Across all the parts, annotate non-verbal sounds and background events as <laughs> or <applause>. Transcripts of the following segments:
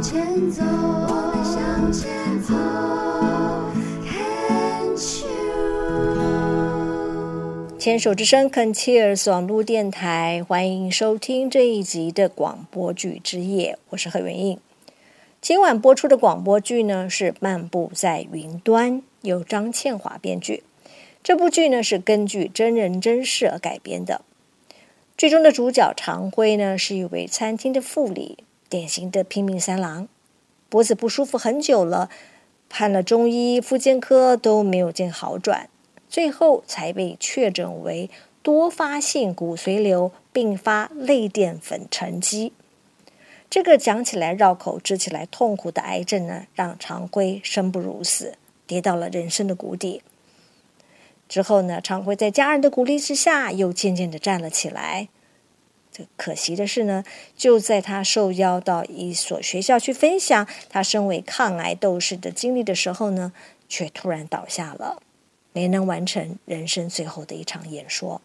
前走，我们向前走。Can't you？牵手之声 c o n t i n u e s 网络电台，欢迎收听这一集的广播剧之夜，我是何元应。今晚播出的广播剧呢是《漫步在云端》，由张倩华编剧。这部剧呢是根据真人真事而改编的。剧中的主角常辉呢是一位餐厅的副理，典型的拼命三郎，脖子不舒服很久了，看了中医、复健科都没有见好转，最后才被确诊为多发性骨髓瘤并发类淀粉沉积。这个讲起来绕口、治起来痛苦的癌症呢，让常辉生不如死，跌到了人生的谷底。之后呢，常辉在家人的鼓励之下，又渐渐的站了起来。这可惜的是呢，就在他受邀到一所学校去分享他身为抗癌斗士的经历的时候呢，却突然倒下了，没能完成人生最后的一场演说。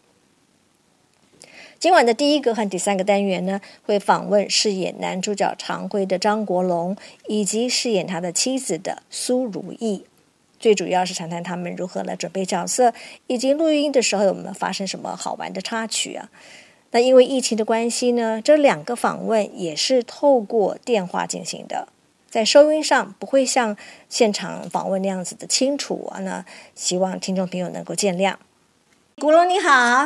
今晚的第一个和第三个单元呢，会访问饰演男主角常辉的张国荣，以及饰演他的妻子的苏如意。最主要是谈谈他们如何来准备角色，以及录音的时候有没有发生什么好玩的插曲啊。那因为疫情的关系呢，这两个访问也是透过电话进行的，在收音上不会像现场访问那样子的清楚啊。那希望听众朋友能够见谅。古龙你好，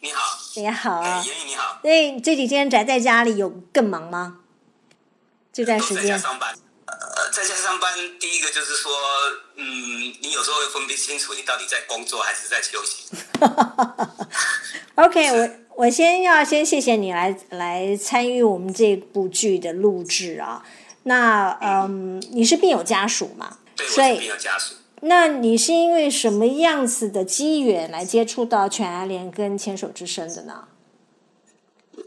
你好，你好哎，啊。莹莹你好，所以这几天宅在家里有更忙吗？这段时都在家间，上班。呃，在家上班，第一个就是说，嗯，你有时候会分不清楚你到底在工作还是在休息。 OK，我我先要先谢谢你来来参与我们这部剧的录制啊。那嗯，你是病友家属嘛？对，我所是以病友家属。那你是因为什么样子的机缘来接触到全爱莲跟牵手之声的呢？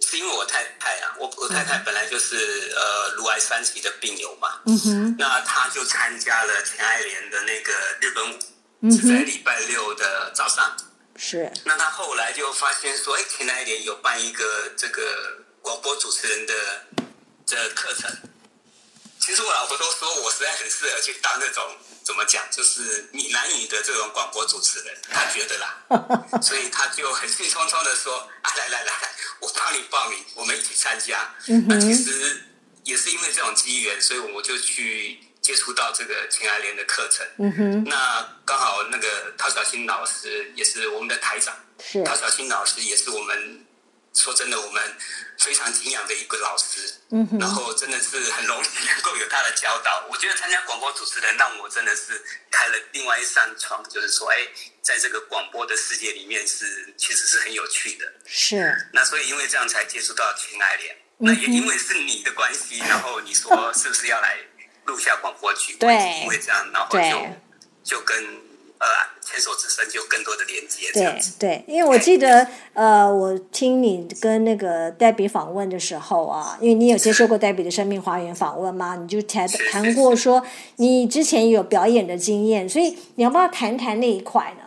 是因为我太太啊，我嗯我太太本来就是呃乳癌三期的病友嘛，嗯哼，那她就参加了陈爱莲的那个日本嗯舞，是在礼拜六的早上。是那她后来就发现说，哎，陈爱莲有办一个这个广播主持人的的课程。其实我老婆都说我实在很适合去当那种怎么讲，就是闽南语的这种广播主持人，她觉得啦，所以她就很兴冲冲的说：“啊，来来来来，我帮你报名，我们一起参加。那其实也是因为这种机缘，所以我就去接触到这个秦爱莲的课程。嗯哼，那刚好那个陶小新老师也是我们的台长，是陶小新老师也是我们说真的，我们非常敬仰的一个老师。嗯哼然后真的是很荣幸能够有他的教导。我觉得参加广播主持人，让我真的是开了另外一扇窗，就是说，哎，在这个广播的世界里面是其实是很有趣的。是，那所以因为这样才接触到亲爱嗯恋。那也因为是你的关系，然后 <laughs> 你说是不是要来录下广播剧？对我也是因为这样，然后对就就跟呃牵手之声就有更多的连接，这样对子。对，因为我记得呃，我听你跟那个黛比访问的时候啊，因为你有接受过黛比的生命花园访问嘛，你就谈是是谈过说你之前有表演的经验，所以你要不要谈谈那一块呢？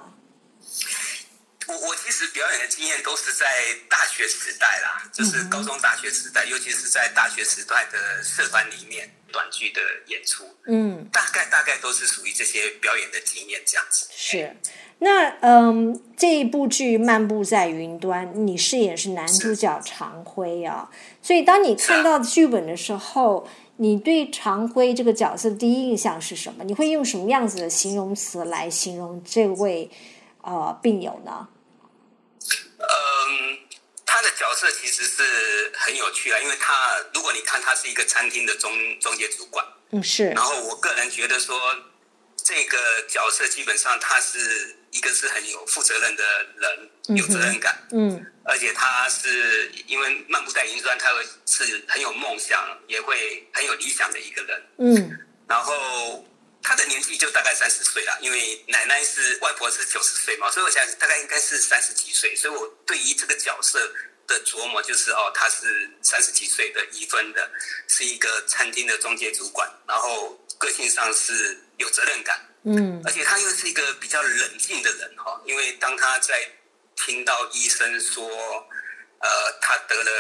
我我其实表演的经验都是在大学时代啦，嗯就是高中、大学时代，尤其是在大学时代的社团里面短剧的演出，嗯，大概大概都是属于这些表演的经验这样子。是。那嗯，这一部剧《漫步在云端》，你饰演是男主角常辉啊，所以当你看到剧本的时候，你对常辉这个角色的第一印象是什么？你会用什么样子的形容词来形容这位呃病友呢？嗯，他的角色其实是很有趣啊，因为他如果你看他是一个餐厅的中中介主管，嗯，是然后我个人觉得说，这个角色基本上他是一个是很有负责任的人，有责任感。嗯而且他是因为漫步在云端，他会是很有梦想，也会很有理想的一个人。嗯然后他的年纪就大概三十岁了，因为奶奶是外婆是九十岁嘛，所以我想大概应该是三十几岁。所以我对于这个角色的琢磨就是，哦，他是三十几岁的已婚的，是一个餐厅的中介主管，然后个性上是有责任感，嗯而且他又是一个比较冷静的人哈、哦，因为当他在听到医生说，呃，他得了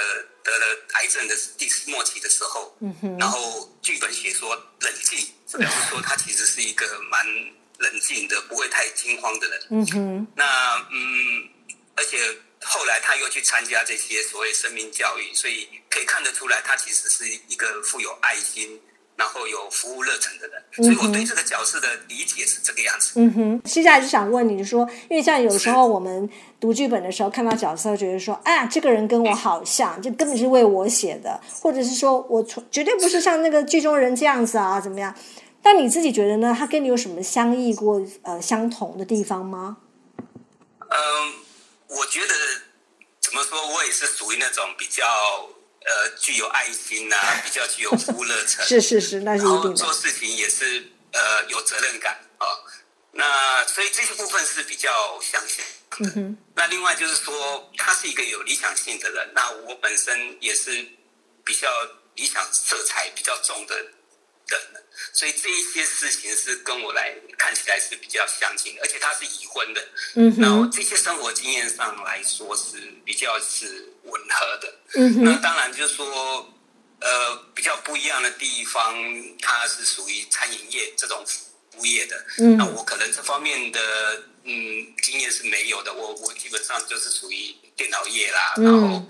得了癌症的第四末期的时候，嗯然后剧本写说冷静，这表示说他其实是一个蛮冷静的，不会太惊慌的人。嗯哼，那嗯，而且后来他又去参加这些所谓生命教育，所以可以看得出来，他其实是一个富有爱心，然后有服务热忱的人。所以我对这个角色的理解是这个样子。嗯哼。接下来就想问你说，因为像有时候我们读剧本的时候，看到角色，觉得说，啊，这个人跟我好像，这根本是为我写的，或者是说我从绝对不是像那个剧中人这样子啊，怎么样？但你自己觉得呢？他跟你有什么相异过呃相同的地方吗？嗯，我觉得怎么说，我也是属于那种比较呃具有爱心呐、比较具有服务热忱，啊是是是，那是然一后定的做。事情也是呃有责任感啊、那所以这些部分是比较相像的。嗯那另外就是说，他是一个有理想性的人。那我本身也是比较理想色彩比较重的人，所以这一些事情是跟我来看起来是比较相近的。而且他是已婚的，嗯那我哼，这些生活经验上来说是比较是吻合的。嗯那哼，当然就是说，呃，比较不一样的地方，它是属于餐饮业这种服务业的。嗯那我可能这方面的嗯经验是没有的，我我基本上就是属于电脑业啦，嗯然后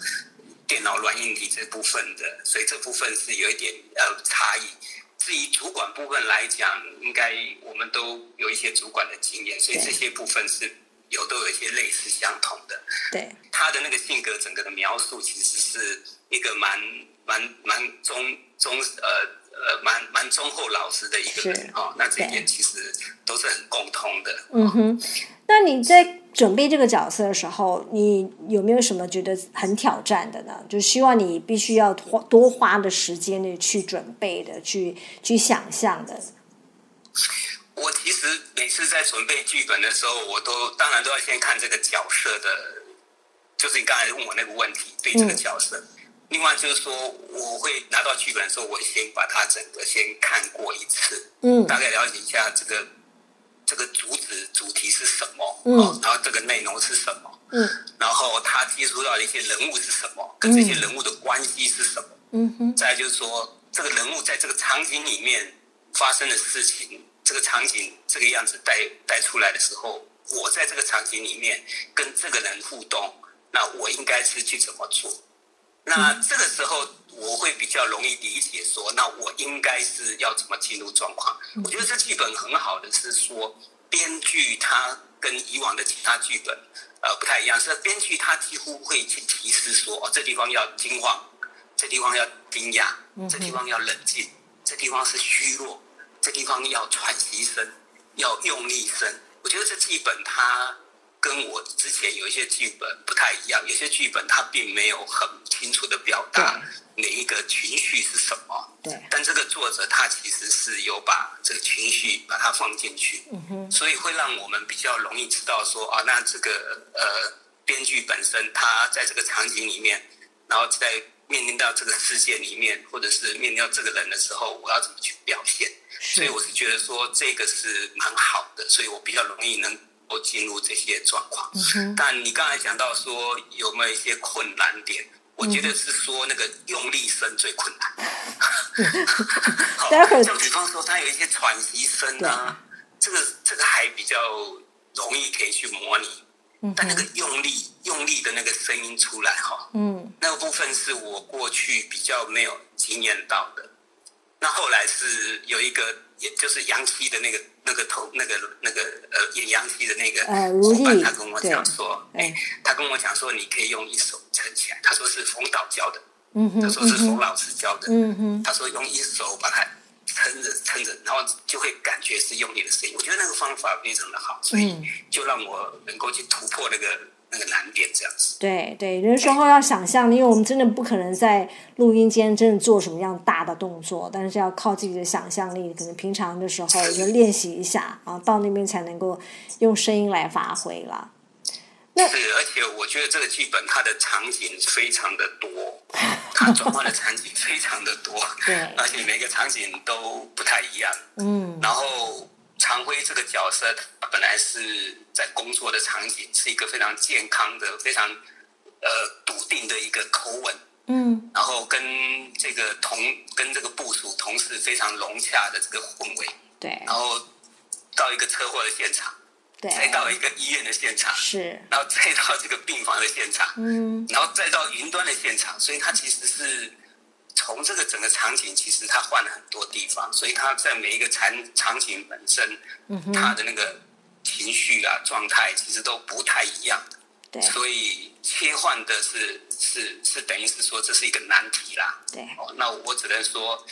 电脑软硬体这部分的，所以这部分是有一点呃差异。至于主管部分来讲，应该我们都有一些主管的经验，所以对这些部分是有都有一些类似相同的。对，他的那个性格整个的描述，其实是一个蛮蛮蛮忠忠呃呃蛮蛮忠厚老实的一个是人哦。那这一对点其实都是很共通的。嗯哼。那你在准备这个角色的时候，你有没有什么觉得很挑战的呢？就希望你必须要花多花的时间的去准备的，去去想象的。我其实每次在准备剧本的时候，我都当然都要先看这个角色的，就是你刚才问我那个问题，对嗯这个角色。另外就是说，我会拿到剧本的时候，我先把它整个先看过一次，嗯大概了解一下这个这个主旨主题是什么，嗯哦然后这个内容是什么，嗯然后他接触到的一些人物是什么，跟这些人物的关系是什么，嗯哼再来就是说，这个人物在这个场景里面发生的事情，这个场景这个样子带带出来的时候，我在这个场景里面跟这个人互动，那我应该是去怎么做？那这个时候我会比较容易理解说，那我应该是要怎么进入状况？我觉得这剧本很好的是说，编剧他跟以往的其他剧本呃不太一样，是编剧他几乎会去提示说，哦，这地方要惊慌，这地方要惊讶，这地方要冷静，这地方是虚弱，这地方要喘息声，要用力声。我觉得这剧本它跟我之前有一些剧本不太一样，有些剧本它并没有很清楚的表达哪一个情绪是什么。对啊但这个作者他其实是有把这个情绪把它放进去，嗯哼，所以会让我们比较容易知道说啊，那这个呃编剧本身他在这个场景里面，然后在面临到这个事件里面，或者是面临到这个人的时候，我要怎么去表现？所以我是觉得说这个是蛮好的，所以我比较容易能够进入这些状况。嗯但你刚才讲到说有没有一些困难点？我觉得是说那个用力声最困难。 <laughs> 好待会儿像比方说它有一些喘息声啊，这个这个还比较容易可以去模拟，但那个用力用力的那个声音出来哈、嗯那个部分是我过去比较没有经验到的。那后来是有一个，也就是杨希的那个那个头那个那个呃演杨希的那个呃伙如伴，意他跟我对讲说，哎哎，他跟我讲说你可以用一手撑起来，他说是冯导教的，嗯哼他说是嗯冯哼老师教的，嗯哼他说用一手把它撑着撑着，然后就会感觉是用力的声音。我觉得那个方法非常的好，所以嗯就让我能够去突破那个那个难点这样子。对对，人说话要想象，因为我们真的不可能在录音间真的做什么样大的动作，但是要靠自己的想象力，可能平常的时候就练习一下，然后到那边才能够用声音来发挥了。是，而且我觉得这个剧本它的场景非常的 <laughs> 多，它转换的场景非常的多，对而且每个场景都不太一样。嗯然后常辉这个角色，他本来是在工作的场景，是一个非常健康的、非常呃笃定的一个口吻，嗯然后跟这个同跟这个部署同事非常融洽的这个氛围，对然后到一个车祸的现场，对再到一个医院的现场，是然后再到这个病房的现场，嗯然后再到云端的现场，所以它其实是从这个整个场景，其实它换了很多地方，所以它在每一个场场景本身，嗯它哼的那个情绪啊、状态其实都不太一样，对所以切换的是是是等于是说这是一个难题啦。对哦，那我只能说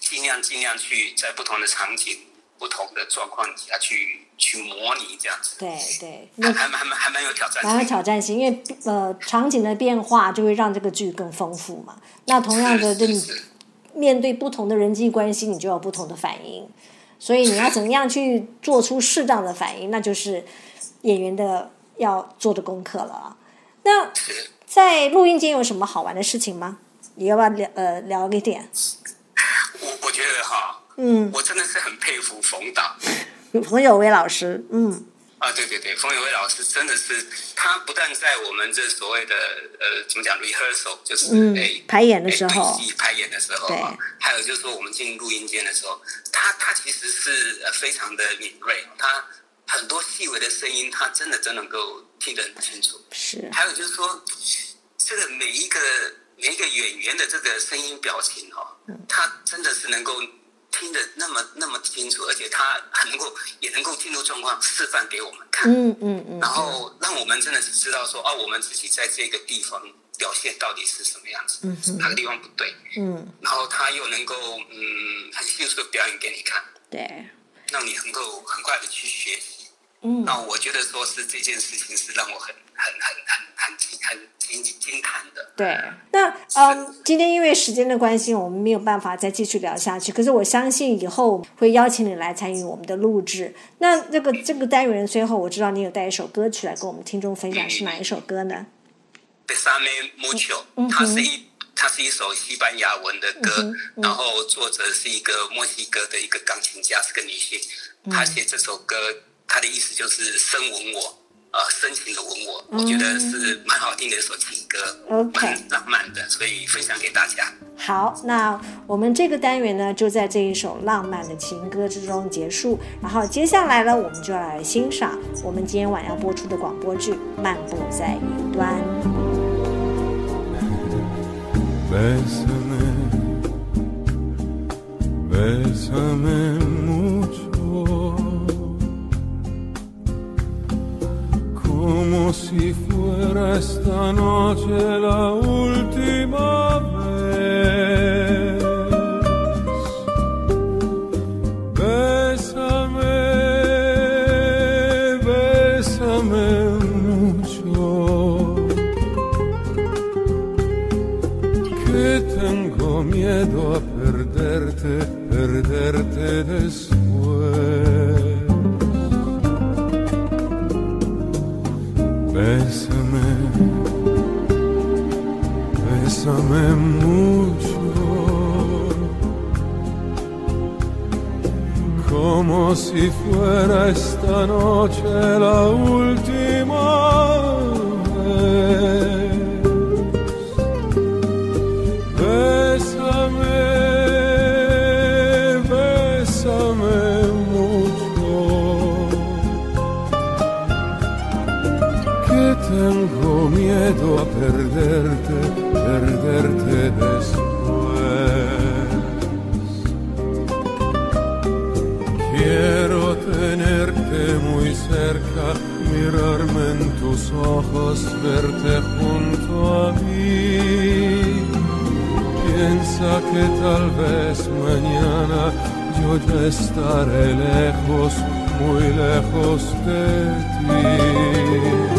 尽量尽量去在不同的场景、不同的状况底下去去模拟这样子，对对，那还还还蛮还蛮有挑战蛮有性的。挑战性，因为呃场景的变化就会让这个剧更丰富嘛。那同样的，是对你是是面对不同的人际关系，你就有不同的反应。所以你要怎么样去做出适当的反应，那就是演员的呃要做的功课了啊。那是在录音间有什么好玩的事情吗？你要不要聊呃聊一点？我我觉得哈，嗯，我真的是很佩服冯导冯有为老师，嗯，啊，对对对，冯有为老师真的是，他不但在我们这所谓的呃怎么讲 rehearsal，就是嗯哎排演的哎时候对戏排演的时候啊，还有就是说我们进录音间的时候，他他其实是呃非常的敏锐，他很多细微的声音，他真的真能够听得很清楚。是还有就是说，这个每一个每一个演员的这个声音表情哦，嗯他真的是能够听得那么那么清楚，而且他还能够也能够进入状况示范给我们看，嗯嗯嗯然后让我们真的是知道说，哦，我们自己在这个地方表现到底是什么样子，哪个地方不对，嗯，然后他又能够嗯很迅速的表演给你看，对，让你能够很快的去学习。嗯那我觉得说是这件事情是让我很很很很很惊很惊惊叹的。对。那嗯，今天因为时间的关系，我们没有办法再继续聊下去。可是我相信以后会邀请你来参与我们的录制。那这个这个单元最后，我知道你有带一首歌曲来跟我们听众分享，是哪一首歌呢？ b e s a m e Mucho，、嗯它是一它是一首西班牙文的歌，嗯然后作者是一个墨西哥的一个钢琴家，是个女性。嗯她写这首歌，她的意思就是深吻我，呃，深情的吻我。我觉得是蛮好听的一首情歌，嗯 OK 蛮浪漫的，所以分享给大家。好，那我们这个单元呢，就在这一首浪漫的情歌之中结束。然后接下来呢，我们就要来欣赏我们今天晚要播出的广播剧《漫步在云端》。 Bésame, bésame mucho, como si fuera esta noche la última vez. Bésame, bésame mucho. que tengo miedo a e perderte, perderte después. Bésame, bésame mucho, como si fuera esta noche la última vez. Bésame, bésame mucho. Que tengo miedo a perderte, perderte después. Quiero tenerte muy cerca, mirarme en tus ojos, verte junto a mí. Piensa que tal vez mañana yo ya estaré lejos, muy lejos de ti.